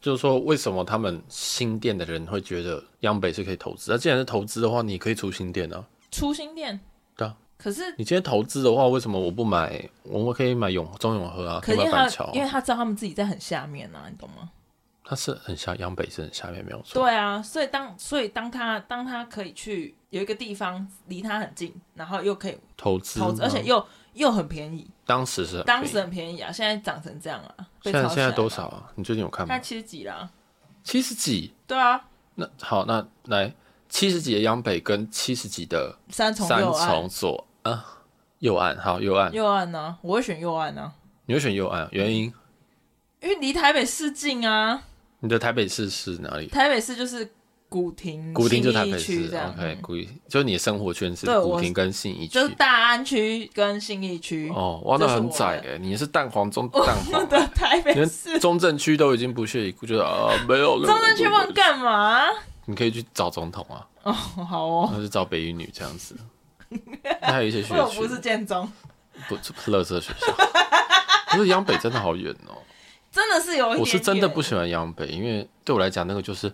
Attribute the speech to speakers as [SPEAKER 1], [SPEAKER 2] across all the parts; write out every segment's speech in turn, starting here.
[SPEAKER 1] 就是说为什么他们新店的人会觉得央北是可以投资？那既然是投资的话，你可以出新店啊。
[SPEAKER 2] 出新店。
[SPEAKER 1] 对啊。
[SPEAKER 2] 可是，
[SPEAKER 1] 你今天投资的话，为什么我不买？我们可以买永中永和啊，
[SPEAKER 2] 可
[SPEAKER 1] 可以
[SPEAKER 2] 是
[SPEAKER 1] 买
[SPEAKER 2] 因为
[SPEAKER 1] 板
[SPEAKER 2] 他
[SPEAKER 1] 桥啊、
[SPEAKER 2] 因为他知道他们自己在很下面啊，你懂吗？
[SPEAKER 1] 它是很像央北是很下面没有错。
[SPEAKER 2] 对啊，所以当所以当他当他可以去有一个地方离他很近，然后又可以
[SPEAKER 1] 投资嘛，
[SPEAKER 2] 投资，而且又又很便宜，
[SPEAKER 1] 当时是很
[SPEAKER 2] 当
[SPEAKER 1] 便宜
[SPEAKER 2] 时很便宜啊，现在涨成这样啊，被
[SPEAKER 1] 现在
[SPEAKER 2] 炒
[SPEAKER 1] 现
[SPEAKER 2] 起来
[SPEAKER 1] 在
[SPEAKER 2] 了
[SPEAKER 1] 多少？啊？你最近有看
[SPEAKER 2] 现在
[SPEAKER 1] 吗？
[SPEAKER 2] 七十几啦。
[SPEAKER 1] 七十几？
[SPEAKER 2] 对啊，
[SPEAKER 1] 那好，那来七十几的央北跟七十几的
[SPEAKER 2] 三重
[SPEAKER 1] 三
[SPEAKER 2] 右岸，
[SPEAKER 1] 重左啊右岸，好右岸，
[SPEAKER 2] 右岸呢、我会选右岸呢、
[SPEAKER 1] 你会选右岸，啊原因
[SPEAKER 2] 因为离台北市近啊。
[SPEAKER 1] 你的台北市是哪里？
[SPEAKER 2] 台北市就是古亭、
[SPEAKER 1] 古亭就
[SPEAKER 2] 信
[SPEAKER 1] 台
[SPEAKER 2] 义
[SPEAKER 1] 北
[SPEAKER 2] 区
[SPEAKER 1] 市
[SPEAKER 2] 这样
[SPEAKER 1] ，OK，
[SPEAKER 2] 嗯
[SPEAKER 1] 古亭就是你的生活圈是
[SPEAKER 2] 对
[SPEAKER 1] 古
[SPEAKER 2] 我
[SPEAKER 1] 亭跟信义区
[SPEAKER 2] 就。是大安区跟信义区。
[SPEAKER 1] 哦，哇，那
[SPEAKER 2] 这是
[SPEAKER 1] 很
[SPEAKER 2] 我
[SPEAKER 1] 窄哎，你是蛋黄中蛋
[SPEAKER 2] 我
[SPEAKER 1] 黄，
[SPEAKER 2] 的台北
[SPEAKER 1] 连
[SPEAKER 2] 市，
[SPEAKER 1] 中正区都已经不屑一顾，觉得啊没有
[SPEAKER 2] 中正区
[SPEAKER 1] 问
[SPEAKER 2] 问，干嘛？
[SPEAKER 1] 你可以去找总统啊。
[SPEAKER 2] 哦，好哦，
[SPEAKER 1] 那就找北语女这样 子。那还有一些学
[SPEAKER 2] 我
[SPEAKER 1] 区，
[SPEAKER 2] 不是建中，
[SPEAKER 1] 不是乐色学校。 不是央北真的好远 哦、
[SPEAKER 2] 真的是有一点
[SPEAKER 1] 我是真的
[SPEAKER 2] 远
[SPEAKER 1] 不喜欢央北，因为对我来讲那个就是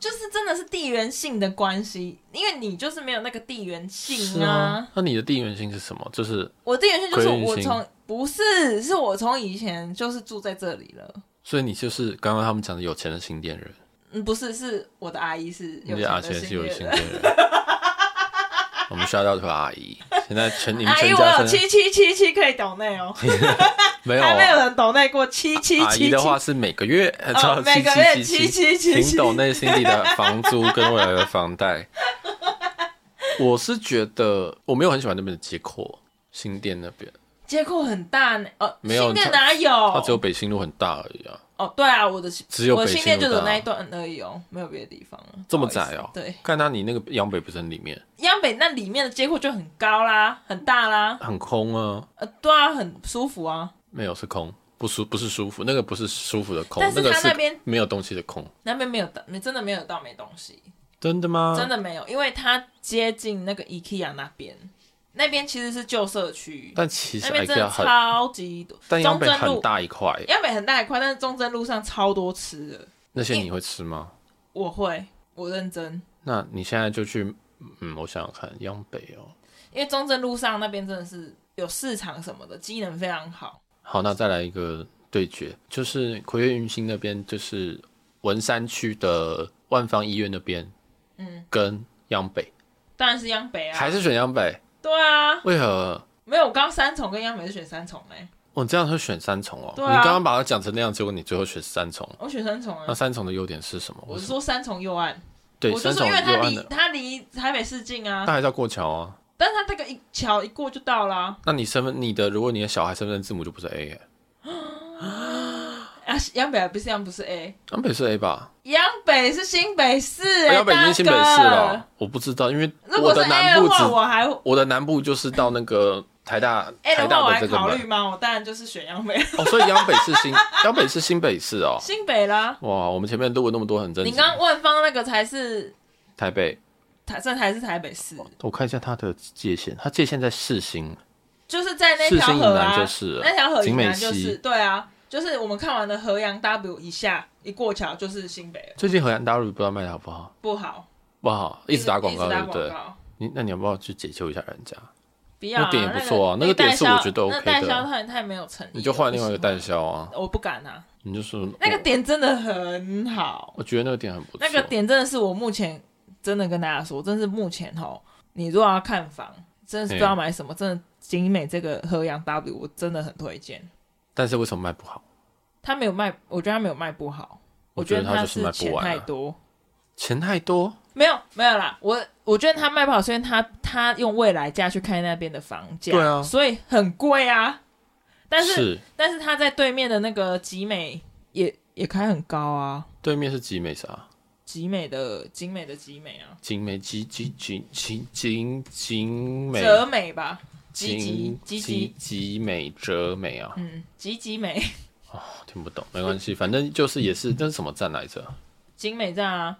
[SPEAKER 2] 就是真的是地缘性的关系，因为你就是没有那个地缘性
[SPEAKER 1] 是
[SPEAKER 2] 啊。
[SPEAKER 1] 啊。那你的地缘性是什么？就是
[SPEAKER 2] 我地缘性就是
[SPEAKER 1] 归于
[SPEAKER 2] 我
[SPEAKER 1] 性
[SPEAKER 2] 从不是，是我从以前就是住在这里了。
[SPEAKER 1] 所以你就是刚刚他们讲的有钱的新店人，
[SPEAKER 2] 嗯，不是，是我的阿姨是有
[SPEAKER 1] 你
[SPEAKER 2] 钱
[SPEAKER 1] 的阿
[SPEAKER 2] 的
[SPEAKER 1] 钱
[SPEAKER 2] 新
[SPEAKER 1] 是有
[SPEAKER 2] 月
[SPEAKER 1] 新
[SPEAKER 2] 的。
[SPEAKER 1] 店人。我们刷到他阿姨，现在全你们
[SPEAKER 2] 阿姨，
[SPEAKER 1] 全
[SPEAKER 2] 我
[SPEAKER 1] 家
[SPEAKER 2] 有
[SPEAKER 1] 现在
[SPEAKER 2] 七七七七可以抖内哦，
[SPEAKER 1] 没有
[SPEAKER 2] 还没有
[SPEAKER 1] 啊。
[SPEAKER 2] 人抖内过七七
[SPEAKER 1] 阿姨
[SPEAKER 2] 七七
[SPEAKER 1] 的，话是每个月，
[SPEAKER 2] 哦，
[SPEAKER 1] 呃
[SPEAKER 2] 每个月
[SPEAKER 1] 七
[SPEAKER 2] 七
[SPEAKER 1] 七
[SPEAKER 2] 七七
[SPEAKER 1] 请
[SPEAKER 2] 七，
[SPEAKER 1] 懂内心里的房租跟未来的房 贷。我是觉得我没有很喜欢那边的街廓，新店那边，
[SPEAKER 2] 结果很大呢。哦，
[SPEAKER 1] 没有
[SPEAKER 2] 新店
[SPEAKER 1] 它
[SPEAKER 2] 哪有？
[SPEAKER 1] 它只有北新路很大而已啊，
[SPEAKER 2] 哦，对啊，我的
[SPEAKER 1] 只有
[SPEAKER 2] 我
[SPEAKER 1] 北
[SPEAKER 2] 的新店
[SPEAKER 1] 新
[SPEAKER 2] 就只
[SPEAKER 1] 路
[SPEAKER 2] 有那一
[SPEAKER 1] 大。
[SPEAKER 2] 段而已哦，没有别的地方了。
[SPEAKER 1] 这么
[SPEAKER 2] 不好意思
[SPEAKER 1] 窄哦
[SPEAKER 2] 对，
[SPEAKER 1] 看它你那个央北不是很里面，
[SPEAKER 2] 央北那里面的街廓就很高啦，很大啦，
[SPEAKER 1] 很空啊，
[SPEAKER 2] 呃，对啊，很舒服啊。
[SPEAKER 1] 没有是空，不舒不是舒服，那个不是舒服的空，
[SPEAKER 2] 但是
[SPEAKER 1] 个
[SPEAKER 2] 它那
[SPEAKER 1] 是
[SPEAKER 2] 边
[SPEAKER 1] 没有东西的空。
[SPEAKER 2] 那边没有到，没真的没有到没东西，
[SPEAKER 1] 真的吗？
[SPEAKER 2] 真的没有，因为它接近那个 IKEA 那边，那边其实是旧社区，
[SPEAKER 1] 但其实
[SPEAKER 2] 那边真
[SPEAKER 1] IKEA
[SPEAKER 2] 的
[SPEAKER 1] 很，
[SPEAKER 2] 超级多，
[SPEAKER 1] 但央
[SPEAKER 2] 中
[SPEAKER 1] 北
[SPEAKER 2] 正
[SPEAKER 1] 很
[SPEAKER 2] 路，
[SPEAKER 1] 大一欸块，
[SPEAKER 2] 央北很大一块，但是中正路上超多吃的，
[SPEAKER 1] 那些你会吃吗？
[SPEAKER 2] 我会，我认真，
[SPEAKER 1] 那你现在就去，嗯，我想想看，央北哦，
[SPEAKER 2] 因为中正路上那边真的是有市场什么的，机能非常好，
[SPEAKER 1] 好，那再来一个对决，就是葵月云星那边，就是文山区的万方医院那边
[SPEAKER 2] 嗯，
[SPEAKER 1] 跟央北，
[SPEAKER 2] 当然是央北啊，
[SPEAKER 1] 还是选央北？
[SPEAKER 2] 对啊，
[SPEAKER 1] 为何？
[SPEAKER 2] 没有，我刚刚三重跟央北是选三重哎、
[SPEAKER 1] 我、这样会选三重哦？
[SPEAKER 2] 对啊
[SPEAKER 1] 你刚刚把它讲成那样，结果你最后选三重。
[SPEAKER 2] 我选三重
[SPEAKER 1] 那
[SPEAKER 2] 啊，
[SPEAKER 1] 三重的优点是什么？
[SPEAKER 2] 我
[SPEAKER 1] 为
[SPEAKER 2] 是
[SPEAKER 1] 什么
[SPEAKER 2] 说三重右岸，
[SPEAKER 1] 对
[SPEAKER 2] 我就
[SPEAKER 1] 三
[SPEAKER 2] 说
[SPEAKER 1] 重
[SPEAKER 2] 因
[SPEAKER 1] 右
[SPEAKER 2] 为它
[SPEAKER 1] 岸
[SPEAKER 2] 离
[SPEAKER 1] 的，
[SPEAKER 2] 它离台北市近啊
[SPEAKER 1] 那，还是要过桥啊。
[SPEAKER 2] 但是它这个一桥一过就到啦、
[SPEAKER 1] 那你身份，你的如果你的小孩身份证字母就不是 A，、欸、
[SPEAKER 2] 啊。央北还不是央不是 A，
[SPEAKER 1] 央北是 A 吧？啊
[SPEAKER 2] 央北是新北市、欸，
[SPEAKER 1] 哦央北已经新北市
[SPEAKER 2] 大哥
[SPEAKER 1] 了。，我不知道，因为
[SPEAKER 2] 如
[SPEAKER 1] 我
[SPEAKER 2] 果是
[SPEAKER 1] 的
[SPEAKER 2] A
[SPEAKER 1] 南部
[SPEAKER 2] 的
[SPEAKER 1] 只
[SPEAKER 2] 话，我还
[SPEAKER 1] 我的南部就是到那个台大
[SPEAKER 2] A
[SPEAKER 1] 台
[SPEAKER 2] 的话，
[SPEAKER 1] 大
[SPEAKER 2] 我
[SPEAKER 1] 的
[SPEAKER 2] 还
[SPEAKER 1] 这个
[SPEAKER 2] 考
[SPEAKER 1] 门
[SPEAKER 2] 虑。吗？我当然就是选央北，
[SPEAKER 1] 哦，所以央北是新 央北是新北市哦。
[SPEAKER 2] 新北啦。
[SPEAKER 1] 哇，我们前面录了那么多很正
[SPEAKER 2] 你
[SPEAKER 1] 经。
[SPEAKER 2] 刚刚万方那个才是
[SPEAKER 1] 台北，
[SPEAKER 2] 台，这才是台北市，
[SPEAKER 1] 我看一下它的界限，它界限在世新，
[SPEAKER 2] 就是在那
[SPEAKER 1] 世
[SPEAKER 2] 条
[SPEAKER 1] 新以
[SPEAKER 2] 河啊，
[SPEAKER 1] 南就是了
[SPEAKER 2] 那条河以
[SPEAKER 1] 景美
[SPEAKER 2] 南就
[SPEAKER 1] 溪
[SPEAKER 2] 是对啊，就是我们看完的河阳 W 以下一过桥就是新北了，
[SPEAKER 1] 最近河南大陆不知道卖的好不好，
[SPEAKER 2] 不好，
[SPEAKER 1] 不好，一直打广告，
[SPEAKER 2] 一直
[SPEAKER 1] 对
[SPEAKER 2] 打
[SPEAKER 1] 不
[SPEAKER 2] 广
[SPEAKER 1] 对？
[SPEAKER 2] 告。
[SPEAKER 1] 你那你要不要去解救一下人家？
[SPEAKER 2] 不要、啊，
[SPEAKER 1] 那点也不错啊那个
[SPEAKER 2] 代
[SPEAKER 1] 点是
[SPEAKER 2] 销
[SPEAKER 1] 我觉得 OK
[SPEAKER 2] 那代
[SPEAKER 1] 的
[SPEAKER 2] 销太太没有诚意了，
[SPEAKER 1] 你就换另外一个代
[SPEAKER 2] 不喜
[SPEAKER 1] 销啊，
[SPEAKER 2] 欢，我不敢啊。
[SPEAKER 1] 你就说
[SPEAKER 2] 那个
[SPEAKER 1] 我
[SPEAKER 2] 点真的很好，
[SPEAKER 1] 我觉得那个点很不错。
[SPEAKER 2] 那个点真的是我目前真的跟大家说，真是目前吼，你如果要看房，真的是不知道买什么，真的景美这个河阳 W 我真的很推荐。
[SPEAKER 1] 但是为什么卖不好？
[SPEAKER 2] 他没有卖，我觉得他没有卖不好，
[SPEAKER 1] 我觉
[SPEAKER 2] 觉
[SPEAKER 1] 得他
[SPEAKER 2] 他
[SPEAKER 1] 就是卖不
[SPEAKER 2] 钱
[SPEAKER 1] 完啊
[SPEAKER 2] 太多。
[SPEAKER 1] 钱太多，
[SPEAKER 2] 没有没有啦，我我觉得他卖不好，是因为他他用未来价去开那边的房价，
[SPEAKER 1] 对啊
[SPEAKER 2] 所以很贵啊。但是
[SPEAKER 1] 是
[SPEAKER 2] 但是他在对面的那个集美也也开很高啊，
[SPEAKER 1] 对面是集美啥？
[SPEAKER 2] 集美的景美的集美啊，
[SPEAKER 1] 景美集集集集景景美
[SPEAKER 2] 泽美吧，集集
[SPEAKER 1] 景
[SPEAKER 2] 集
[SPEAKER 1] 集
[SPEAKER 2] 集，
[SPEAKER 1] 集美哲美啊，
[SPEAKER 2] 嗯，集集美，
[SPEAKER 1] 听不懂没关系，反正就是也是那是什么站来着？
[SPEAKER 2] 景美站啊，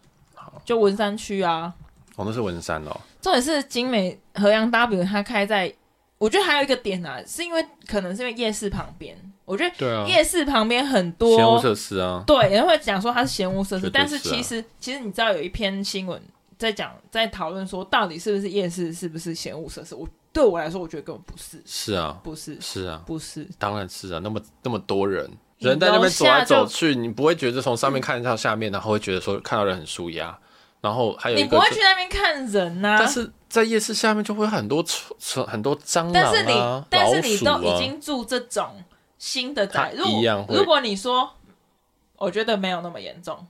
[SPEAKER 2] 就文山区啊。
[SPEAKER 1] 哦，那是文山哦。
[SPEAKER 2] 重点是景美河阳 W 它开在，我觉得还有一个点啊，是因为可能是因为夜市旁边，我我觉
[SPEAKER 1] 对啊
[SPEAKER 2] 得，夜市旁边很多
[SPEAKER 1] 闲无设施啊，
[SPEAKER 2] 对，人会讲说它是嫌无设
[SPEAKER 1] 绝对
[SPEAKER 2] 施，但是
[SPEAKER 1] 是啊
[SPEAKER 2] 其实、其实你知道有一篇新闻在讲在讨论说到底是不是夜市是不是嫌无设施？我对我来说，我觉得根本不是，
[SPEAKER 1] 是啊，
[SPEAKER 2] 不是，
[SPEAKER 1] 是啊，
[SPEAKER 2] 不是。
[SPEAKER 1] 当然是啊，那么那么多人，
[SPEAKER 2] 你
[SPEAKER 1] 人在那边走来走
[SPEAKER 2] 楼下就
[SPEAKER 1] 去，你不会觉得从上面看到下面，然后会觉得说看到人很舒压，然后还有
[SPEAKER 2] 你
[SPEAKER 1] 一
[SPEAKER 2] 不
[SPEAKER 1] 个
[SPEAKER 2] 会
[SPEAKER 1] 就
[SPEAKER 2] 去，那边看人啊呐、
[SPEAKER 1] 但是在夜市下面就会很多虫虫很多蟑
[SPEAKER 2] 但是你、
[SPEAKER 1] 螂啊、
[SPEAKER 2] 但
[SPEAKER 1] 老
[SPEAKER 2] 是你
[SPEAKER 1] 鼠
[SPEAKER 2] 都已
[SPEAKER 1] 啊，
[SPEAKER 2] 经住这种新的宅，
[SPEAKER 1] 它
[SPEAKER 2] 如果
[SPEAKER 1] 一样会
[SPEAKER 2] 如果你说，我觉得没有那么严重，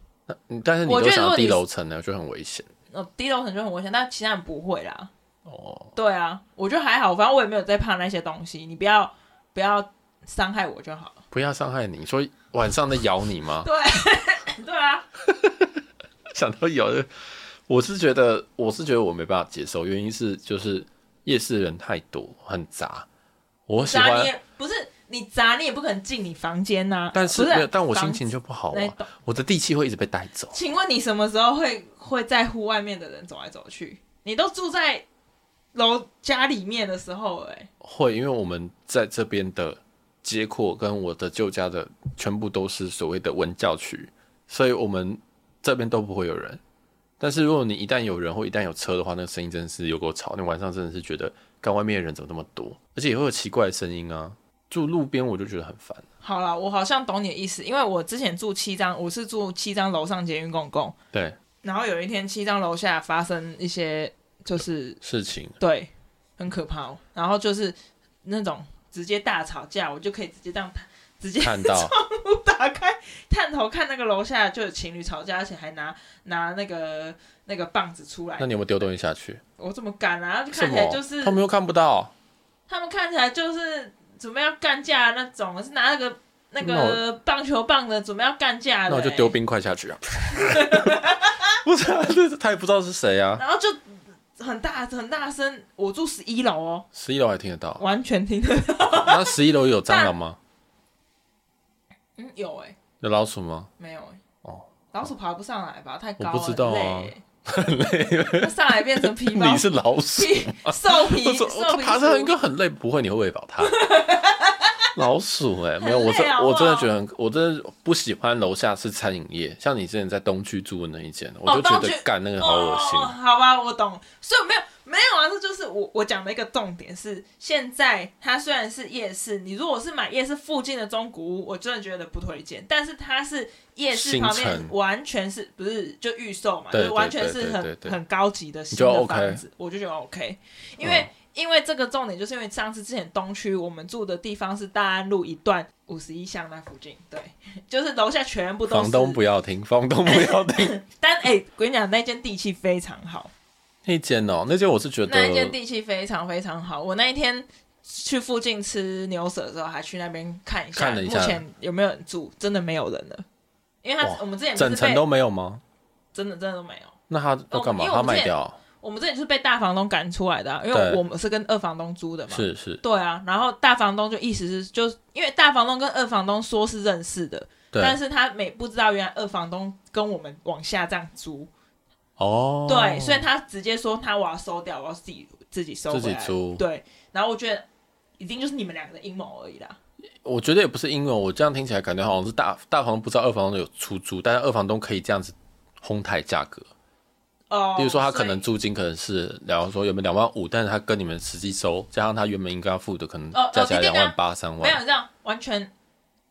[SPEAKER 1] 嗯但是你
[SPEAKER 2] 我
[SPEAKER 1] 都
[SPEAKER 2] 觉得
[SPEAKER 1] 想
[SPEAKER 2] 如
[SPEAKER 1] 到
[SPEAKER 2] 果
[SPEAKER 1] 低
[SPEAKER 2] 你
[SPEAKER 1] 楼层呢，就很危险
[SPEAKER 2] 哦，低楼层就很危险，但其他人不会啦。
[SPEAKER 1] 哦。
[SPEAKER 2] 对啊，我觉得还好，反正我也没有在怕那些东西，你不要不要伤害我就好了。
[SPEAKER 1] 不要伤害你，你说晚上在咬你吗？
[SPEAKER 2] 对啊，
[SPEAKER 1] 想到咬人，我是觉得我是觉得我没办法接受，原因是就是夜市人太多，很杂。我喜
[SPEAKER 2] 砸
[SPEAKER 1] 欢
[SPEAKER 2] 你，也不是你砸你也不可能进你房间呐、
[SPEAKER 1] 但是
[SPEAKER 2] 不啊
[SPEAKER 1] 没有，但我
[SPEAKER 2] 房
[SPEAKER 1] 心情就不好
[SPEAKER 2] 那
[SPEAKER 1] 啊，
[SPEAKER 2] 懂
[SPEAKER 1] 我的地气会一直被带走。
[SPEAKER 2] 请问你什么时候会会在乎外面的人走来走去？你都住在楼家里面的时候、欸，哎，
[SPEAKER 1] 会，因为我们在这边的街廓跟我的旧家的全部都是所谓的文教区，所以我们这边都不会有人。但是如果你一旦有人或一旦有车的话，那个声音真的是有够吵。你晚上真的是觉得，干外面的人怎么那么多，而且也会有奇怪的声音啊。住路边我就觉得很烦。
[SPEAKER 2] 好了，我好像懂你的意思，因为我之前住七张，我是住七张楼上捷运公共，
[SPEAKER 1] 对，
[SPEAKER 2] 然后有一天七张楼下发生一些就是
[SPEAKER 1] 事 情
[SPEAKER 2] 对很可怕、哦，然后就是那种直接大吵架，我就可以直接这样直接
[SPEAKER 1] 看到
[SPEAKER 2] 打开探头看那个楼下就有情侣吵架，而且还拿拿那个那个棒子出来
[SPEAKER 1] 那，你有没有丢东西下去？
[SPEAKER 2] 我怎么敢啊？就
[SPEAKER 1] 什
[SPEAKER 2] 看起来
[SPEAKER 1] 么？
[SPEAKER 2] 就是啊
[SPEAKER 1] 他们又看不到，
[SPEAKER 2] 他们看起来就是准备要干架的那种，是拿那个那个棒球棒的准备要干架的、欸
[SPEAKER 1] 那我就丢冰块下去 啊！ 不是、啊，这他也不知道是谁啊。
[SPEAKER 2] 然后就很大很大声，我住十一楼哦，
[SPEAKER 1] 十一楼还听得到，
[SPEAKER 2] 完全听得到。
[SPEAKER 1] 那十一楼有蟑螂吗？
[SPEAKER 2] 嗯，有哎、
[SPEAKER 1] 有老鼠吗？
[SPEAKER 2] 没有哎、
[SPEAKER 1] 哦，
[SPEAKER 2] 老鼠爬不上来吧？太高了，
[SPEAKER 1] 我不知道啊
[SPEAKER 2] 很 累欸、它上来变成皮包
[SPEAKER 1] 你，是老鼠？
[SPEAKER 2] 皮兽
[SPEAKER 1] 我
[SPEAKER 2] 皮，
[SPEAKER 1] 说
[SPEAKER 2] 兽
[SPEAKER 1] 它
[SPEAKER 2] 皮
[SPEAKER 1] 爬上应
[SPEAKER 2] 鼠
[SPEAKER 1] 该很累，不会，你会喂饱 它。老鼠哎、
[SPEAKER 2] 很
[SPEAKER 1] 没有，我真
[SPEAKER 2] 累啊好不好
[SPEAKER 1] 我真的觉得很，我真的不喜欢楼下是餐饮业，像你之前在东区住的那一间，我就觉
[SPEAKER 2] 哦东
[SPEAKER 1] 得
[SPEAKER 2] 区
[SPEAKER 1] 干那个好恶心
[SPEAKER 2] 哦。好吧，我懂。所以没有没有啊，这就是我我讲的一个重点是，现在它虽然是夜市，你如果是买夜市附近的中古屋，我真的觉得不推荐。但是它是夜市
[SPEAKER 1] 新
[SPEAKER 2] 旁
[SPEAKER 1] 城
[SPEAKER 2] 边，完全是不是就预售嘛，就
[SPEAKER 1] 对
[SPEAKER 2] 是完全
[SPEAKER 1] 对对
[SPEAKER 2] 是
[SPEAKER 1] 对对
[SPEAKER 2] 很
[SPEAKER 1] 对
[SPEAKER 2] 很高级的新
[SPEAKER 1] 你觉得
[SPEAKER 2] 的
[SPEAKER 1] OK？
[SPEAKER 2] 房子，我就觉得 OK，因为。
[SPEAKER 1] 嗯
[SPEAKER 2] 因为这个重点，就是因为上次之前东区我们住的地方是大安路一段五十一巷那附近，对，就是楼下全部都是
[SPEAKER 1] 房东不要 听，房东不要听。
[SPEAKER 2] 但哎、我跟你讲，那间地契非常好，
[SPEAKER 1] 那间哦、那间我是觉得
[SPEAKER 2] 那一间地契非常非常好。我那一天去附近吃牛舌的时候，还去那边看一下，
[SPEAKER 1] 看了一下
[SPEAKER 2] 目前有没有人住，真的没有人了。因为他
[SPEAKER 1] 哇
[SPEAKER 2] 我们之前不
[SPEAKER 1] 整
[SPEAKER 2] 是被
[SPEAKER 1] 层都没有吗？
[SPEAKER 2] 真的真的都没有，
[SPEAKER 1] 那他要干嘛？
[SPEAKER 2] 因为我
[SPEAKER 1] 他
[SPEAKER 2] 们
[SPEAKER 1] 卖
[SPEAKER 2] 之前
[SPEAKER 1] 掉哦？
[SPEAKER 2] 我们之前就是被大房东赶出来的啊、因为
[SPEAKER 1] 对
[SPEAKER 2] 我们是跟二房东租的嘛。
[SPEAKER 1] 是是，
[SPEAKER 2] 对啊，然后大房东就意思是，就是因为大房东跟二房东说是认识的，
[SPEAKER 1] 对
[SPEAKER 2] 但是他没不知道原来二房东跟我们往下这样租，
[SPEAKER 1] 哦，
[SPEAKER 2] 对，所以他直接说他我要收掉，我要自己自己收回
[SPEAKER 1] 自己
[SPEAKER 2] 来
[SPEAKER 1] 租
[SPEAKER 2] 对，然后我觉得一定就是你们两个的阴谋而已啦。
[SPEAKER 1] 我觉得也不是因为我这样听起来感觉好像是大大房东不知道二房东有出租，但是二房东可以这样子哄抬价格。
[SPEAKER 2] 哦，
[SPEAKER 1] 比如说他可能
[SPEAKER 2] 所以
[SPEAKER 1] 租金可能是，然后说原本两万五，但是他跟你们实际收，加上他原本应该要付的，可能
[SPEAKER 2] 哦哦
[SPEAKER 1] 加起来
[SPEAKER 2] 一
[SPEAKER 1] 两
[SPEAKER 2] 定啊
[SPEAKER 1] 万八三
[SPEAKER 2] 没有
[SPEAKER 1] 万。
[SPEAKER 2] 这样，完全。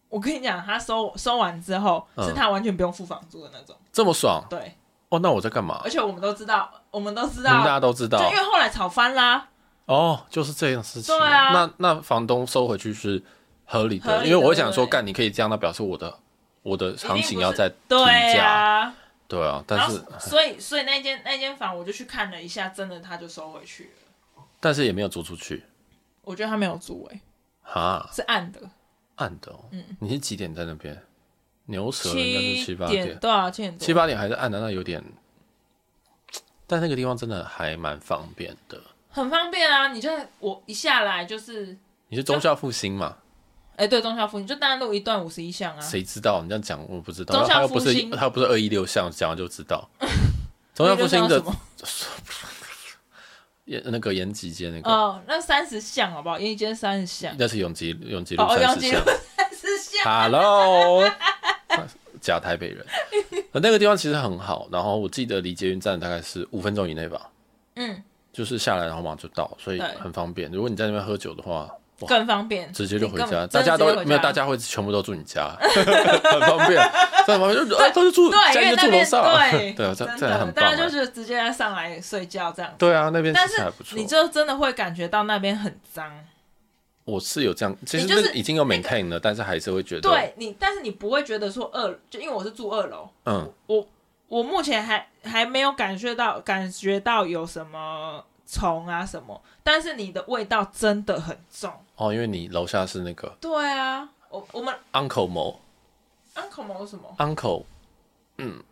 [SPEAKER 2] 我跟你讲，他收收完之后，
[SPEAKER 1] 嗯
[SPEAKER 2] 是他完全不用付房租的那种。
[SPEAKER 1] 这么爽
[SPEAKER 2] 对，
[SPEAKER 1] 哦？那我在干嘛
[SPEAKER 2] 而？且我们都知道，我们都知
[SPEAKER 1] 你们大
[SPEAKER 2] 道，
[SPEAKER 1] 家都知
[SPEAKER 2] 就
[SPEAKER 1] 道
[SPEAKER 2] 因为后来吵翻啦。
[SPEAKER 1] 哦，就是这样事情。
[SPEAKER 2] 对啊
[SPEAKER 1] 那那房东收回去是合理
[SPEAKER 2] 合
[SPEAKER 1] 的，
[SPEAKER 2] 理的
[SPEAKER 1] 因为我会想说，
[SPEAKER 2] 对
[SPEAKER 1] 干你可以这样，那表示我的我的行
[SPEAKER 2] 一定
[SPEAKER 1] 情
[SPEAKER 2] 不是
[SPEAKER 1] 要再提
[SPEAKER 2] 对
[SPEAKER 1] 价。
[SPEAKER 2] 啊，
[SPEAKER 1] 对啊，
[SPEAKER 2] 然
[SPEAKER 1] 但
[SPEAKER 2] 后
[SPEAKER 1] 是
[SPEAKER 2] 所以所以那间那间房我就去看了一下，真的他就收回去了。
[SPEAKER 1] 但是也没有租出去
[SPEAKER 2] 我觉得他没有租诶、
[SPEAKER 1] 哈，
[SPEAKER 2] 是暗的，
[SPEAKER 1] 暗的、哦。你是几点在那边？牛舌应该是
[SPEAKER 2] 嗯七
[SPEAKER 1] 七八点。
[SPEAKER 2] 对啊，七点多
[SPEAKER 1] 七八点还是暗的，那有点。但那个地方真的还蛮方便的。
[SPEAKER 2] 很方便啊！你就我一下来就是，
[SPEAKER 1] 你是中校复兴嘛？
[SPEAKER 2] 哎、对，中校附近就大路一段五十一巷啊。
[SPEAKER 1] 谁知道？你这样讲我不知道。
[SPEAKER 2] 中
[SPEAKER 1] 他
[SPEAKER 2] 校
[SPEAKER 1] 又不
[SPEAKER 2] 复
[SPEAKER 1] 是
[SPEAKER 2] 兴
[SPEAKER 1] 他又不是二一六巷，讲了就知 道。中校复兴
[SPEAKER 2] 那就
[SPEAKER 1] 的
[SPEAKER 2] 叫什么
[SPEAKER 1] 延那个延吉街那个，
[SPEAKER 2] 哦哦，那三十巷好不好？因为今天三十巷，
[SPEAKER 1] 那是永吉永吉路
[SPEAKER 2] 哦，
[SPEAKER 1] 三
[SPEAKER 2] 永
[SPEAKER 1] 十
[SPEAKER 2] 吉路
[SPEAKER 1] 巷。
[SPEAKER 2] 三十
[SPEAKER 1] Hello，假台北 人。那个地方其实很好，然后我记得离捷运站大概是五分钟以内吧，
[SPEAKER 2] 嗯，
[SPEAKER 1] 就是下来然后马上就到，所以
[SPEAKER 2] 对
[SPEAKER 1] 很方便。如果你在那边喝酒的话，哇
[SPEAKER 2] 更方便，
[SPEAKER 1] 直接就回
[SPEAKER 2] 你
[SPEAKER 1] 家，
[SPEAKER 2] 根本
[SPEAKER 1] 大家都
[SPEAKER 2] 真的直接回
[SPEAKER 1] 没有，大家会全部都住你家， 很方便，这很方便，就啊，都是住家
[SPEAKER 2] 对，因
[SPEAKER 1] 里就
[SPEAKER 2] 为那
[SPEAKER 1] 住楼
[SPEAKER 2] 边
[SPEAKER 1] 上，
[SPEAKER 2] 对
[SPEAKER 1] 对啊，这
[SPEAKER 2] 真
[SPEAKER 1] 这样很
[SPEAKER 2] 的，
[SPEAKER 1] 棒
[SPEAKER 2] 大家
[SPEAKER 1] 啊
[SPEAKER 2] 就，是直接上来睡觉这样。
[SPEAKER 1] 对啊，那边
[SPEAKER 2] 但
[SPEAKER 1] 其实还不
[SPEAKER 2] 是
[SPEAKER 1] 错
[SPEAKER 2] 你。就真的会感觉到那边很脏，
[SPEAKER 1] 我是有这样，其实
[SPEAKER 2] 你就是
[SPEAKER 1] 已经有 maintain 了，但是还是会觉得，
[SPEAKER 2] 对你，但是你不会觉得说二，就因为我是住二楼，
[SPEAKER 1] 嗯，
[SPEAKER 2] 我目前还还没有感觉到感觉到有什么虫啊什么，但是你的味道真的很重。
[SPEAKER 1] 哦，因为你楼下是那个
[SPEAKER 2] 对啊，我我们
[SPEAKER 1] uncle 某
[SPEAKER 2] uncle 某什么
[SPEAKER 1] uncle，嗯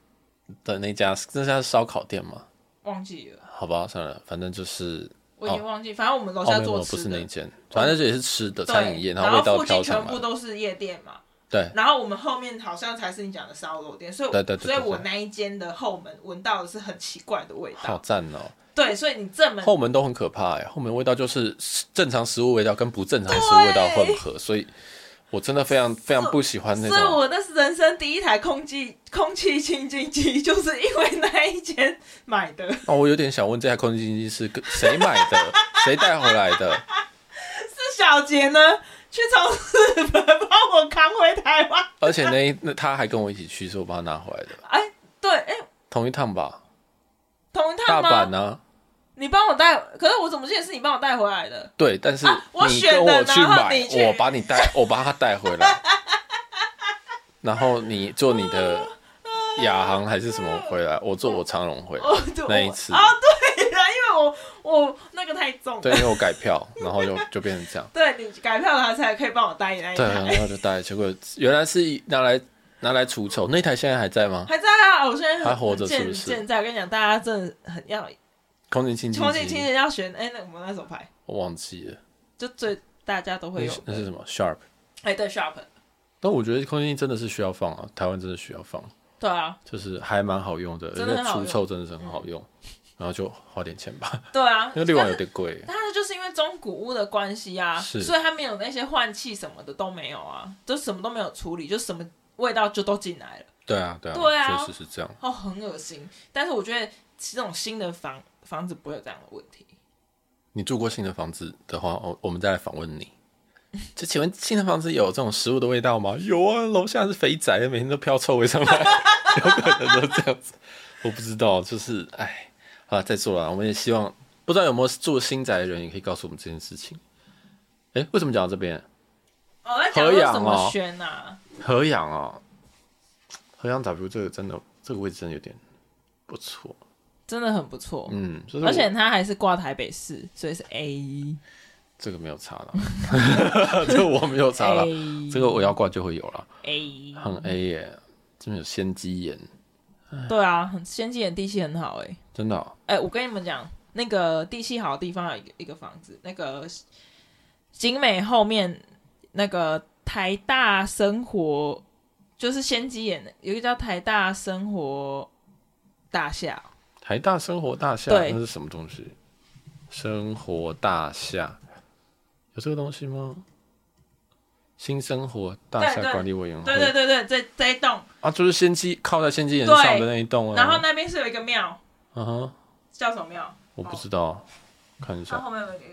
[SPEAKER 1] 的那家，那家是烧烤店嘛？
[SPEAKER 2] 忘记了，
[SPEAKER 1] 好吧，算了，反正就是
[SPEAKER 2] 我已经忘记，反正我们楼
[SPEAKER 1] 哦，
[SPEAKER 2] 下
[SPEAKER 1] 没有，没
[SPEAKER 2] 做
[SPEAKER 1] 有不
[SPEAKER 2] 吃
[SPEAKER 1] 是
[SPEAKER 2] 的。
[SPEAKER 1] 那一间，反正这也是吃的餐饮
[SPEAKER 2] 对
[SPEAKER 1] 业，
[SPEAKER 2] 然
[SPEAKER 1] 后味道
[SPEAKER 2] 附
[SPEAKER 1] 飘
[SPEAKER 2] 近
[SPEAKER 1] 上
[SPEAKER 2] 全部
[SPEAKER 1] 来，
[SPEAKER 2] 都是夜店嘛，
[SPEAKER 1] 对，
[SPEAKER 2] 然后我们后面好像才是你讲的烧肉店，所以
[SPEAKER 1] 对对对对
[SPEAKER 2] 所以我
[SPEAKER 1] 对
[SPEAKER 2] 那一间的后门闻到的是很奇怪的味
[SPEAKER 1] 好
[SPEAKER 2] 道，
[SPEAKER 1] 赞哦、
[SPEAKER 2] 对，所以你正门
[SPEAKER 1] 后门都很可怕哎、后门味道就是正常食物味道跟不正常食物味道混合，所以我真的非常非常不喜欢那
[SPEAKER 2] 所以
[SPEAKER 1] 种。
[SPEAKER 2] 我那是人生第一台空气空气清净机，就是因为那一间买的，
[SPEAKER 1] 哦，我有点想问，这台空气净化器是跟谁买的？ 谁带回来的？
[SPEAKER 2] 是小杰呢去从日本帮我扛回台湾。
[SPEAKER 1] 而且那一那他还跟我一起去，是我帮他拿回来的，
[SPEAKER 2] 哎，对，哎，
[SPEAKER 1] 同一趟吧？
[SPEAKER 2] 同一
[SPEAKER 1] 大
[SPEAKER 2] 趟吗？
[SPEAKER 1] 阪啊，
[SPEAKER 2] 你帮我带，可是我怎么记得是你帮我带回来的？
[SPEAKER 1] 对，但是
[SPEAKER 2] 啊我
[SPEAKER 1] 你
[SPEAKER 2] 选
[SPEAKER 1] 跟
[SPEAKER 2] 的
[SPEAKER 1] 我去
[SPEAKER 2] 然后
[SPEAKER 1] 买
[SPEAKER 2] 你，去
[SPEAKER 1] 我把你带，我把他带回 来，然后你坐你的亚航还是什么回来，我坐我长荣回来
[SPEAKER 2] 哦，对，
[SPEAKER 1] 那一次
[SPEAKER 2] 哦，对了，因为我我那个太重了。
[SPEAKER 1] 对，因为我改票，然后就就变成这样。
[SPEAKER 2] 对你改票他才可以帮我带那一
[SPEAKER 1] 对，啊
[SPEAKER 2] 台，
[SPEAKER 1] 然后就带，结果原来是拿来拿来除臭，那台现在还在吗？
[SPEAKER 2] 还在啊！我现在很
[SPEAKER 1] 还活着
[SPEAKER 2] 很健
[SPEAKER 1] 是不是
[SPEAKER 2] 健在，我跟你讲，大家真的很要
[SPEAKER 1] 空气清
[SPEAKER 2] 空
[SPEAKER 1] 净
[SPEAKER 2] 气清
[SPEAKER 1] 机，
[SPEAKER 2] 人要选，哎，那我们那手牌
[SPEAKER 1] 我忘记了，
[SPEAKER 2] 就最大家都
[SPEAKER 1] 那
[SPEAKER 2] 会有
[SPEAKER 1] 是。那是什么 Sharp？
[SPEAKER 2] 哎，对，sharp，
[SPEAKER 1] 但我觉得空气净真的是需要放啊，台湾真的需要放，
[SPEAKER 2] 对啊，
[SPEAKER 1] 就是还蛮好用的，而
[SPEAKER 2] 真的
[SPEAKER 1] 且
[SPEAKER 2] 很好
[SPEAKER 1] 除
[SPEAKER 2] 用
[SPEAKER 1] 臭真的是很好用，然后就花点钱吧，
[SPEAKER 2] 对啊，
[SPEAKER 1] 因为六万有点贵。
[SPEAKER 2] 但是就是因为中古屋的关系啊，
[SPEAKER 1] 是
[SPEAKER 2] 所以他没有那些换气什么的都没有啊，就什么都没有处理，就什么味道就都进来了，
[SPEAKER 1] 对啊，对
[SPEAKER 2] 对
[SPEAKER 1] 啊，
[SPEAKER 2] 啊
[SPEAKER 1] 确实是这样。
[SPEAKER 2] 哦，很恶心。但是我觉得这种新的房房子不会有这样的问题。
[SPEAKER 1] 你住过新的房子的话，哦我我们再来访问你。 就请问新的房子有这种食物的味道吗？有啊，楼下是肥宅，每天都飘臭味上来， 有可能都这样子。我不知道，就是哎，好了，再做了。我们也希望，不知道有没有住新宅的人，也可以告诉我们这件事情。哎、为什么讲到这边？
[SPEAKER 2] 哦，在讲
[SPEAKER 1] 合
[SPEAKER 2] 为
[SPEAKER 1] 养
[SPEAKER 2] 什么
[SPEAKER 1] 哦
[SPEAKER 2] 轩啊？
[SPEAKER 1] 河阳啊、河阳 W 这个真的这个位置真的有点不错，
[SPEAKER 2] 真的很不错，
[SPEAKER 1] 嗯，就是我
[SPEAKER 2] 而且他还是挂台北市，所以是 A。
[SPEAKER 1] 这个没有差了， 这个我没有差 了，
[SPEAKER 2] A
[SPEAKER 1] 这个我要挂就会有了。
[SPEAKER 2] A，
[SPEAKER 1] 很 A 耶，这边有鲜鸡眼，
[SPEAKER 2] 对啊，很先进的地气很好哎、欸。
[SPEAKER 1] 真的哦、
[SPEAKER 2] 哎、我跟你们讲，那个地气好的地方有一个一个房子，那个景美后面那个台大生活，就是先机眼的，有一个叫台大生活大厦，
[SPEAKER 1] 台大生活大厦
[SPEAKER 2] 对
[SPEAKER 1] 那是什么东西？生活大厦有这个东西吗？新生活大
[SPEAKER 2] 对
[SPEAKER 1] 厦
[SPEAKER 2] 对
[SPEAKER 1] 管理委员会
[SPEAKER 2] 对对对对，这这一栋，
[SPEAKER 1] 啊，就是先机靠在先机眼上的那一栋啊。
[SPEAKER 2] 然后？那边是有一个庙，
[SPEAKER 1] 嗯哼，
[SPEAKER 2] 叫什么庙？
[SPEAKER 1] 我不知道，看一
[SPEAKER 2] 它
[SPEAKER 1] 下
[SPEAKER 2] 后面有一个。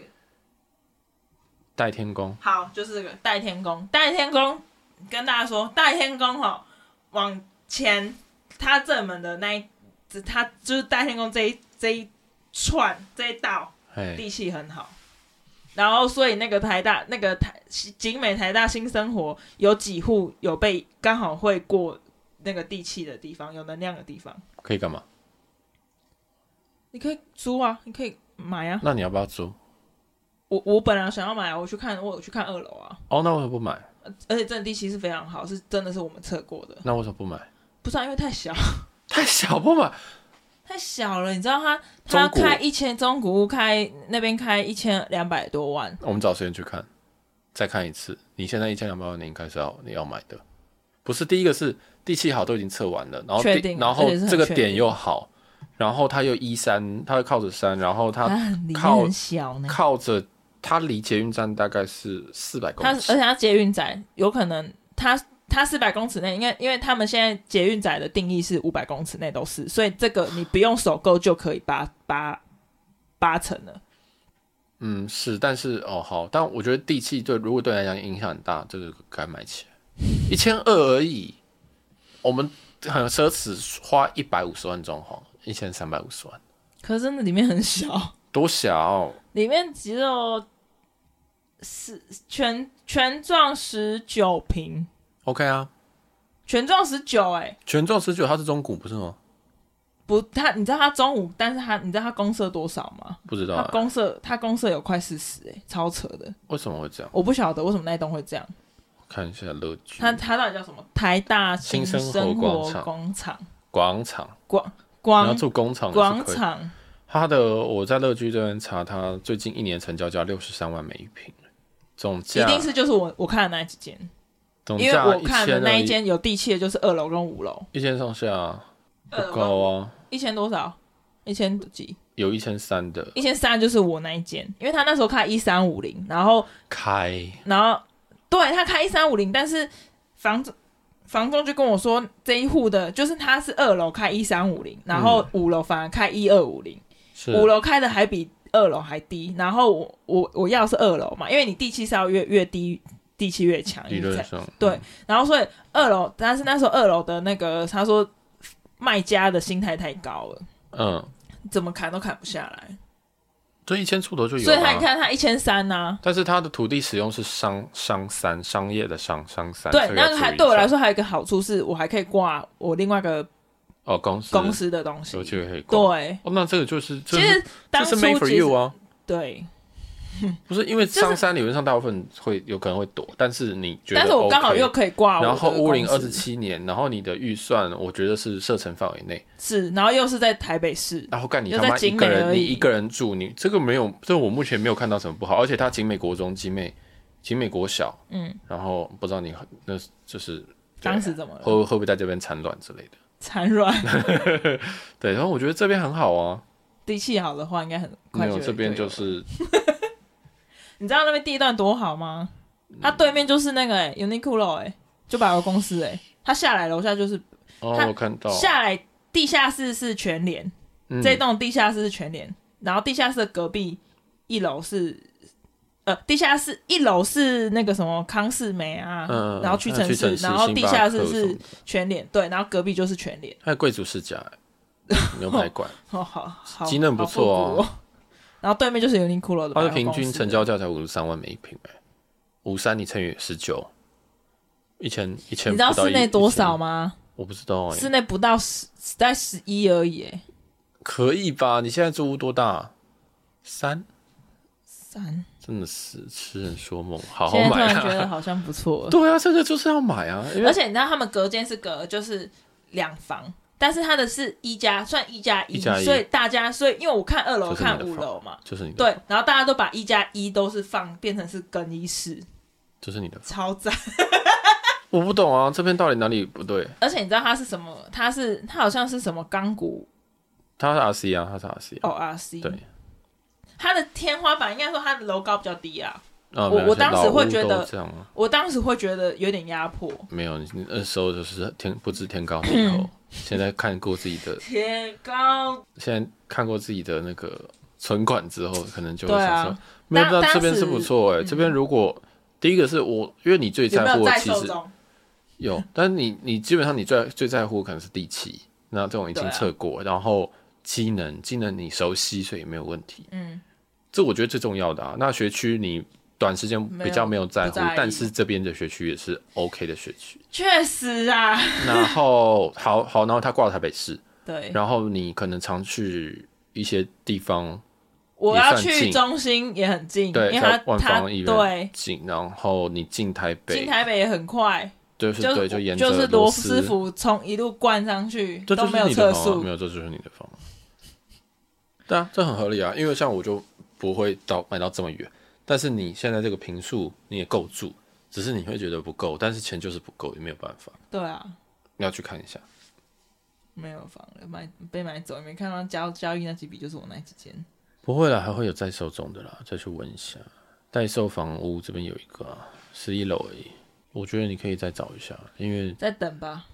[SPEAKER 1] 戴天宫
[SPEAKER 2] 好，就是这个戴天宫。戴天宫跟大家说，戴天宫哈，往前它正门的那一，只它就是戴天宫这一这一串这一道
[SPEAKER 1] 哎，
[SPEAKER 2] 地气很好。然后，所以那个台大、那个台景美台大新生活有几户有被刚好会过那个地气的地方，有能量的地方，
[SPEAKER 1] 可以干嘛？
[SPEAKER 2] 你可以租啊，你可以买啊。
[SPEAKER 1] 那你要不要租？
[SPEAKER 2] 我我本来想要买啊，我去看，我有去看二楼啊，
[SPEAKER 1] 哦，那为什么不买？
[SPEAKER 2] 而且真的地气是非常好，是真的是我们测过的。
[SPEAKER 1] 那为什么不买？
[SPEAKER 2] 不是、啊、因为太小，
[SPEAKER 1] 太小不买，
[SPEAKER 2] 太小了。你知道他他要
[SPEAKER 1] 中古
[SPEAKER 2] 开一千中古屋开那边开一千两百多万，
[SPEAKER 1] 我们找时间去看，再看一次。你现在一千两百万，你应该是要你要买的，不是第一个是地气好都已经测完了，然后
[SPEAKER 2] 确
[SPEAKER 1] 地
[SPEAKER 2] 定啊
[SPEAKER 1] 然后
[SPEAKER 2] 而且是很
[SPEAKER 1] 这个
[SPEAKER 2] 确定
[SPEAKER 1] 点又好，然后它又依山，它会靠着山，然后
[SPEAKER 2] 它
[SPEAKER 1] 它
[SPEAKER 2] 很里面
[SPEAKER 1] 靠
[SPEAKER 2] 很小呢。
[SPEAKER 1] 靠着它离捷运站大概是四百公
[SPEAKER 2] 它而
[SPEAKER 1] 尺，
[SPEAKER 2] 且它捷运站有可能它它它四百公尺内，应该因为他们现在捷运仔的定义是五百公尺内都是，所以这个你不用首购就可以八八八成了。
[SPEAKER 1] 嗯，是，但是哦，好，但我觉得地契对如果对你来讲影响很大，这个该买起来，一千二而已。我们很奢侈，花一百五十万装潢，一千三百五十万，
[SPEAKER 2] 可是真的里面很小，
[SPEAKER 1] 多小？
[SPEAKER 2] 里面只有十全全幢十九平，
[SPEAKER 1] OK 啊，
[SPEAKER 2] 全幢十九哎，
[SPEAKER 1] 全幢十九它是中古不是吗？
[SPEAKER 2] 不，他你知道他中午，但是他你知道他公社多少吗？
[SPEAKER 1] 不知道、
[SPEAKER 2] 他
[SPEAKER 1] 啊、
[SPEAKER 2] 公社他公社有快四十哎，超扯的，
[SPEAKER 1] 为什么会这样，
[SPEAKER 2] 我不晓得为什么那一栋会这样。
[SPEAKER 1] 看一下乐居
[SPEAKER 2] 他他到底叫什么？台大
[SPEAKER 1] 嗯新
[SPEAKER 2] 生
[SPEAKER 1] 生活广
[SPEAKER 2] 活
[SPEAKER 1] 场
[SPEAKER 2] 工厂
[SPEAKER 1] 广场，
[SPEAKER 2] 广
[SPEAKER 1] 你要
[SPEAKER 2] 广
[SPEAKER 1] 住工厂也是
[SPEAKER 2] 广
[SPEAKER 1] 可以。
[SPEAKER 2] 场，
[SPEAKER 1] 它的我在乐居这边查，它最近一年成交价六十三万每一平，总
[SPEAKER 2] 一
[SPEAKER 1] 价
[SPEAKER 2] 定是就是我我看的那几间，
[SPEAKER 1] 总
[SPEAKER 2] 因为
[SPEAKER 1] 价
[SPEAKER 2] 我
[SPEAKER 1] 一
[SPEAKER 2] 看的
[SPEAKER 1] 千
[SPEAKER 2] 那一间有地契的就是二楼跟五楼，
[SPEAKER 1] 一千上下不
[SPEAKER 2] 二楼跟
[SPEAKER 1] 高啊，
[SPEAKER 2] 一千多少？一千几？
[SPEAKER 1] 有一千三的
[SPEAKER 2] 一千三就是我那一间，因为他那时候开一三五零，然后
[SPEAKER 1] 开，
[SPEAKER 2] 然后对他开一三五零，但是房子房东就跟我说，这一户的就是他是二楼开一三五零，然后五楼反而开一二五零，
[SPEAKER 1] 是
[SPEAKER 2] 五楼开的还比二楼还低。然后我我我要的是二楼嘛，因为你地气是要越越低，地气越强，
[SPEAKER 1] 理
[SPEAKER 2] 你
[SPEAKER 1] 论
[SPEAKER 2] 才
[SPEAKER 1] 上
[SPEAKER 2] 对，然后所以二楼，但是那时候二楼的那个他说卖家的心态太高了，
[SPEAKER 1] 嗯，
[SPEAKER 2] 怎么砍都砍不下来，
[SPEAKER 1] 这一千出头就有、啊，
[SPEAKER 2] 所以他你看他一千三啊呐。
[SPEAKER 1] 但是它的土地使用是商商三商业的商商三，
[SPEAKER 2] 对
[SPEAKER 1] 所，以要
[SPEAKER 2] 那个还
[SPEAKER 1] 注意
[SPEAKER 2] 对我
[SPEAKER 1] 一下
[SPEAKER 2] 来说还有一个好处是，我还可以挂我另外一个
[SPEAKER 1] 哦，公司
[SPEAKER 2] 公司的东西
[SPEAKER 1] 有。机会可以逛。
[SPEAKER 2] 对，
[SPEAKER 1] 哦，那这个就是这
[SPEAKER 2] 其
[SPEAKER 1] 是
[SPEAKER 2] 实当
[SPEAKER 1] 这
[SPEAKER 2] 初
[SPEAKER 1] 是 made for
[SPEAKER 2] 其实
[SPEAKER 1] you 啊，
[SPEAKER 2] 对，
[SPEAKER 1] 不是因为
[SPEAKER 2] 是
[SPEAKER 1] 上山理论上大部分会有可能会躲，但是你觉得 OK,
[SPEAKER 2] 但是我刚好又可以挂我的
[SPEAKER 1] 然后屋龄
[SPEAKER 2] 公
[SPEAKER 1] 二
[SPEAKER 2] 司
[SPEAKER 1] 十七年，然后你的预算我觉得是射程范围内，
[SPEAKER 2] 是，然后又是在台北市，
[SPEAKER 1] 然后干你
[SPEAKER 2] 又
[SPEAKER 1] 他
[SPEAKER 2] 在
[SPEAKER 1] 妈一
[SPEAKER 2] 景
[SPEAKER 1] 个
[SPEAKER 2] 美
[SPEAKER 1] 人
[SPEAKER 2] 而
[SPEAKER 1] 你
[SPEAKER 2] 已
[SPEAKER 1] 一个人住你这个没有，这我目前没有看到什么不好，而且它景美国中、景美景美国小，
[SPEAKER 2] 嗯，
[SPEAKER 1] 然后不知道你那就是对啊
[SPEAKER 2] 当时怎么
[SPEAKER 1] 会会不会在这边产卵之类的，
[SPEAKER 2] 产卵？
[SPEAKER 1] 对，然后我觉得这边很好啊，
[SPEAKER 2] 地气好的话，应该很
[SPEAKER 1] 没
[SPEAKER 2] 快
[SPEAKER 1] 有
[SPEAKER 2] 就
[SPEAKER 1] 这边
[SPEAKER 2] 就
[SPEAKER 1] 就
[SPEAKER 2] 有了，
[SPEAKER 1] 是
[SPEAKER 2] 你知道那边地段多好吗？
[SPEAKER 1] 嗯
[SPEAKER 2] 它对面就是那个哎，Uniqlo 哎，就百货公司哎，它下来楼下就是
[SPEAKER 1] 哦，
[SPEAKER 2] 它
[SPEAKER 1] 我看到
[SPEAKER 2] 下来地下室是全联，
[SPEAKER 1] 嗯
[SPEAKER 2] 这栋地下室是全联，然后地下室的隔壁一楼是，呃，地下室一楼是那个什么康世美啊，
[SPEAKER 1] 嗯，
[SPEAKER 2] 然后屈臣
[SPEAKER 1] 还有
[SPEAKER 2] 氏，然后地下室是全联，对，然后隔壁就是全联，
[SPEAKER 1] 还有贵族世家、欸牛 排馆，
[SPEAKER 2] 哦，好好，
[SPEAKER 1] 机能不错哦
[SPEAKER 2] 好复古哦。然后对面就是尤尼库罗的
[SPEAKER 1] 它
[SPEAKER 2] 百货
[SPEAKER 1] 的
[SPEAKER 2] 公司，
[SPEAKER 1] 平均成交价才五十三万每一平、欸，五三你乘以十九，一千一千，
[SPEAKER 2] 你知道室内多少
[SPEAKER 1] 吗？
[SPEAKER 2] 吗？
[SPEAKER 1] 我不知道哎、
[SPEAKER 2] 室内不到十，在十一而已，哎
[SPEAKER 1] 可以吧？你现在住屋多大？啊三，
[SPEAKER 2] 三。
[SPEAKER 1] 真的是痴人说梦，好好
[SPEAKER 2] 现在突
[SPEAKER 1] 买
[SPEAKER 2] 然觉得
[SPEAKER 1] 啊！
[SPEAKER 2] 好像不错 了。
[SPEAKER 1] 对啊，这个就是要买啊，因
[SPEAKER 2] 而
[SPEAKER 1] 为
[SPEAKER 2] 且你知道他们隔间是隔就是两房，但是他的是一加算一加
[SPEAKER 1] 一
[SPEAKER 2] 一，
[SPEAKER 1] 加一
[SPEAKER 2] 所以大家所以因为我看二楼
[SPEAKER 1] 就是你的
[SPEAKER 2] 看五楼嘛，
[SPEAKER 1] 就是你的，
[SPEAKER 2] 对，然后大家都把一加一都是放变成是更衣室，
[SPEAKER 1] 就是你的。
[SPEAKER 2] 超赞。
[SPEAKER 1] 我不懂啊，这边到底哪里不对？
[SPEAKER 2] 而且你知道它是什么？它是它好像是什么钢骨哦
[SPEAKER 1] 它是 R C 啊，它是 R C 啊，
[SPEAKER 2] ORC，
[SPEAKER 1] 对，
[SPEAKER 2] 它的天花板应该说它的楼高比较低啊，
[SPEAKER 1] 啊，
[SPEAKER 2] 我
[SPEAKER 1] 没有
[SPEAKER 2] 我当时
[SPEAKER 1] 老
[SPEAKER 2] 会
[SPEAKER 1] 屋
[SPEAKER 2] 觉
[SPEAKER 1] 都
[SPEAKER 2] 得
[SPEAKER 1] 这样啊。
[SPEAKER 2] 我当时会觉得有点压迫。
[SPEAKER 1] 没有，你那时候就是天不知天高地 厚，现在看过自己的，
[SPEAKER 2] 天高，
[SPEAKER 1] 现在看过自己的那个存款之后，可能就会
[SPEAKER 2] 对
[SPEAKER 1] 想说，
[SPEAKER 2] 啊
[SPEAKER 1] 没有，那
[SPEAKER 2] 当当
[SPEAKER 1] 这边
[SPEAKER 2] 时嗯
[SPEAKER 1] 是不错哎、这边如果第一个是我，因为你最
[SPEAKER 2] 有没
[SPEAKER 1] 在乎
[SPEAKER 2] 有
[SPEAKER 1] 的
[SPEAKER 2] 在
[SPEAKER 1] 其
[SPEAKER 2] 受
[SPEAKER 1] 实
[SPEAKER 2] 中？
[SPEAKER 1] 有，但你你基本上你最最在乎可能是地气，那这种已经
[SPEAKER 2] 对啊
[SPEAKER 1] 测过，然后机能机能你熟悉，所以没有问题。
[SPEAKER 2] 嗯，
[SPEAKER 1] 这我觉得最重要的啊。那学区你短时间
[SPEAKER 2] 没
[SPEAKER 1] 比较
[SPEAKER 2] 有
[SPEAKER 1] 没有在乎，
[SPEAKER 2] 不在意
[SPEAKER 1] 但是这边的学区也是 OK 的学区。
[SPEAKER 2] 确实啊，
[SPEAKER 1] 然后好好，然后他挂了台北市，
[SPEAKER 2] 对，
[SPEAKER 1] 然后你可能常去一些地方
[SPEAKER 2] 我
[SPEAKER 1] 也
[SPEAKER 2] 要
[SPEAKER 1] 算
[SPEAKER 2] 去
[SPEAKER 1] 近
[SPEAKER 2] 中心也很近，
[SPEAKER 1] 对
[SPEAKER 2] 因为它
[SPEAKER 1] 在万
[SPEAKER 2] 它
[SPEAKER 1] 方医院
[SPEAKER 2] 对
[SPEAKER 1] 进，然后你进台
[SPEAKER 2] 进
[SPEAKER 1] 北，
[SPEAKER 2] 台北也很快，
[SPEAKER 1] 就是
[SPEAKER 2] 就
[SPEAKER 1] 对，
[SPEAKER 2] 是
[SPEAKER 1] 就沿着
[SPEAKER 2] 就是罗
[SPEAKER 1] 斯
[SPEAKER 2] 斯，福从一路灌上去
[SPEAKER 1] 这
[SPEAKER 2] 都
[SPEAKER 1] 就是
[SPEAKER 2] 没有
[SPEAKER 1] 你
[SPEAKER 2] 测
[SPEAKER 1] 的房啊，
[SPEAKER 2] 速
[SPEAKER 1] 没，有，这就是你的房。对啊，这很合理啊，因为像我就不会到买到这么远，但是你现在这个平数你也够住，只是你会觉得不够，但是钱就是不够，也没有办法，
[SPEAKER 2] 对啊，
[SPEAKER 1] 你要去看一下。
[SPEAKER 2] 没有房了，买被买走，你没看到交交易那几笔就是我那几间，
[SPEAKER 1] 不会啦，还会有在售中的啦，再去问一下。代售房屋这边有一个啊，十一楼而已，我觉得你可以再找一下，因为
[SPEAKER 2] 再等吧。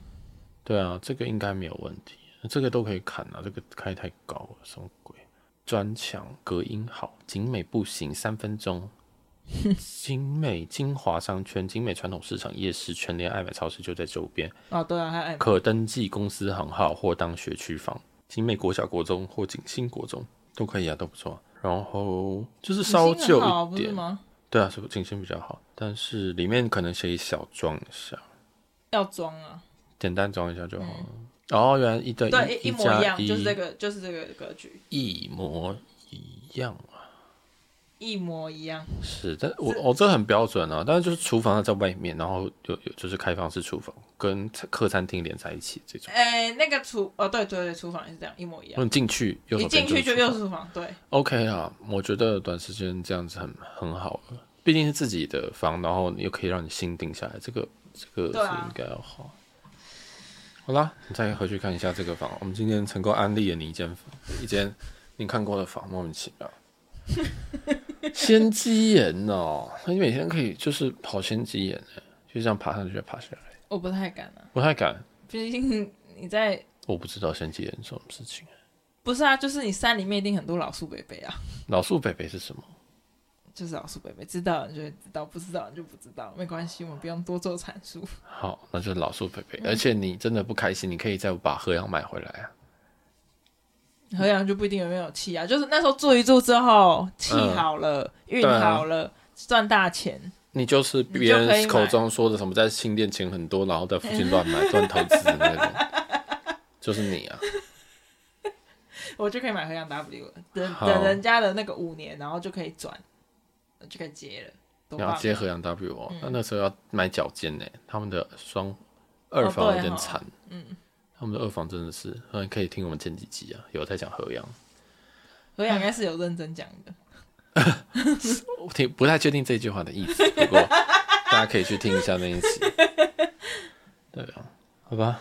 [SPEAKER 1] 对啊，这个应该没有问题，这个都可以砍啊，这个开太高了，什么鬼？砖墙隔音好，景美步行三分 钟。景美精华商圈、景美传统市场、夜市、全联、爱买超市就在周边，
[SPEAKER 2] 哦，对啊，还有艾玛
[SPEAKER 1] 可登记公司行号或当学区房。景美国小、国中或景新国中都可以啊，都不错。然后就是稍
[SPEAKER 2] 你心
[SPEAKER 1] 旧
[SPEAKER 2] 很好啊
[SPEAKER 1] 一
[SPEAKER 2] 不是
[SPEAKER 1] 点，
[SPEAKER 2] 吗？
[SPEAKER 1] 对啊，是不景星比较好，但是里面可能可以小装一下，
[SPEAKER 2] 要装啊，
[SPEAKER 1] 简单装一下就好了。哦，原来一对
[SPEAKER 2] 嗯对，
[SPEAKER 1] 一
[SPEAKER 2] 一模一
[SPEAKER 1] 加
[SPEAKER 2] 样，就是这
[SPEAKER 1] 一
[SPEAKER 2] 个，就是这个格局，
[SPEAKER 1] 一模一样啊，
[SPEAKER 2] 一模一样。
[SPEAKER 1] 是，但我我、哦、这很标准啊，但是就是厨房要在外面，然后有有就是开放式厨房跟客餐厅连在一起这种，
[SPEAKER 2] 哎，那个厨，哦，对对对，厨房也是这样，一模一
[SPEAKER 1] 如
[SPEAKER 2] 样
[SPEAKER 1] 果，你进去右
[SPEAKER 2] 一
[SPEAKER 1] 手
[SPEAKER 2] 进
[SPEAKER 1] 边
[SPEAKER 2] 去
[SPEAKER 1] 是
[SPEAKER 2] 就
[SPEAKER 1] 厨
[SPEAKER 2] 又
[SPEAKER 1] 房
[SPEAKER 2] 是厨房，对，
[SPEAKER 1] OK 啊，我觉得短时间这样子很很好了，毕竟是自己的房，然后又可以让你心定下来，这个这个
[SPEAKER 2] 对
[SPEAKER 1] 是
[SPEAKER 2] 啊
[SPEAKER 1] 应该要好。好啦，你再回去看一下这个房，我们今天成功安利了你一间房，一间你看过的房，莫名其妙。仙机岩哦，你每天可以就是跑仙机岩欸，就这样爬上去再爬下来，
[SPEAKER 2] 我不太敢啊，
[SPEAKER 1] 不太敢，
[SPEAKER 2] 毕竟你在，
[SPEAKER 1] 我不知道仙机岩什么事情。
[SPEAKER 2] 不是啊，就是你山里面一定很多老树伯伯啊，
[SPEAKER 1] 老树北北是什么？
[SPEAKER 2] 就是老树伯伯，知道你就会知道，不知道你就不知道，没关系，我们不用多做阐述。
[SPEAKER 1] 好，那就是老树培培。
[SPEAKER 2] 嗯
[SPEAKER 1] 而且你真的不开心，你可以再把河阳买回来啊。
[SPEAKER 2] 河阳就不一定有没有气啊，就是那时候住一住之后，气好了，运、
[SPEAKER 1] 对啊
[SPEAKER 2] 好了，赚大钱，
[SPEAKER 1] 你就是
[SPEAKER 2] 就
[SPEAKER 1] 别
[SPEAKER 2] 可以
[SPEAKER 1] 人
[SPEAKER 2] 买
[SPEAKER 1] 口中说的什么在新店钱很多，然后在附近 乱买乱投资的那种，就是你啊。
[SPEAKER 2] 我就可以买河阳 W 了。等
[SPEAKER 1] 好
[SPEAKER 2] 等人家的那个五年，然后就可以转，就可以接了，多
[SPEAKER 1] 然
[SPEAKER 2] 棒
[SPEAKER 1] 后！接河阳 W 哦
[SPEAKER 2] 嗯，哦
[SPEAKER 1] 那那时候要买脚尖呢，他们的双二房
[SPEAKER 2] 对
[SPEAKER 1] 有点
[SPEAKER 2] 哦
[SPEAKER 1] 惨，
[SPEAKER 2] 嗯，
[SPEAKER 1] 他们的二房真的是，嗯，可以听我们前几集啊，有在讲河阳，
[SPEAKER 2] 河阳应该是有认真讲的，
[SPEAKER 1] 我挺不太确定这句话的意思， 不过大家可以去听一下那一集。对啊，好吧，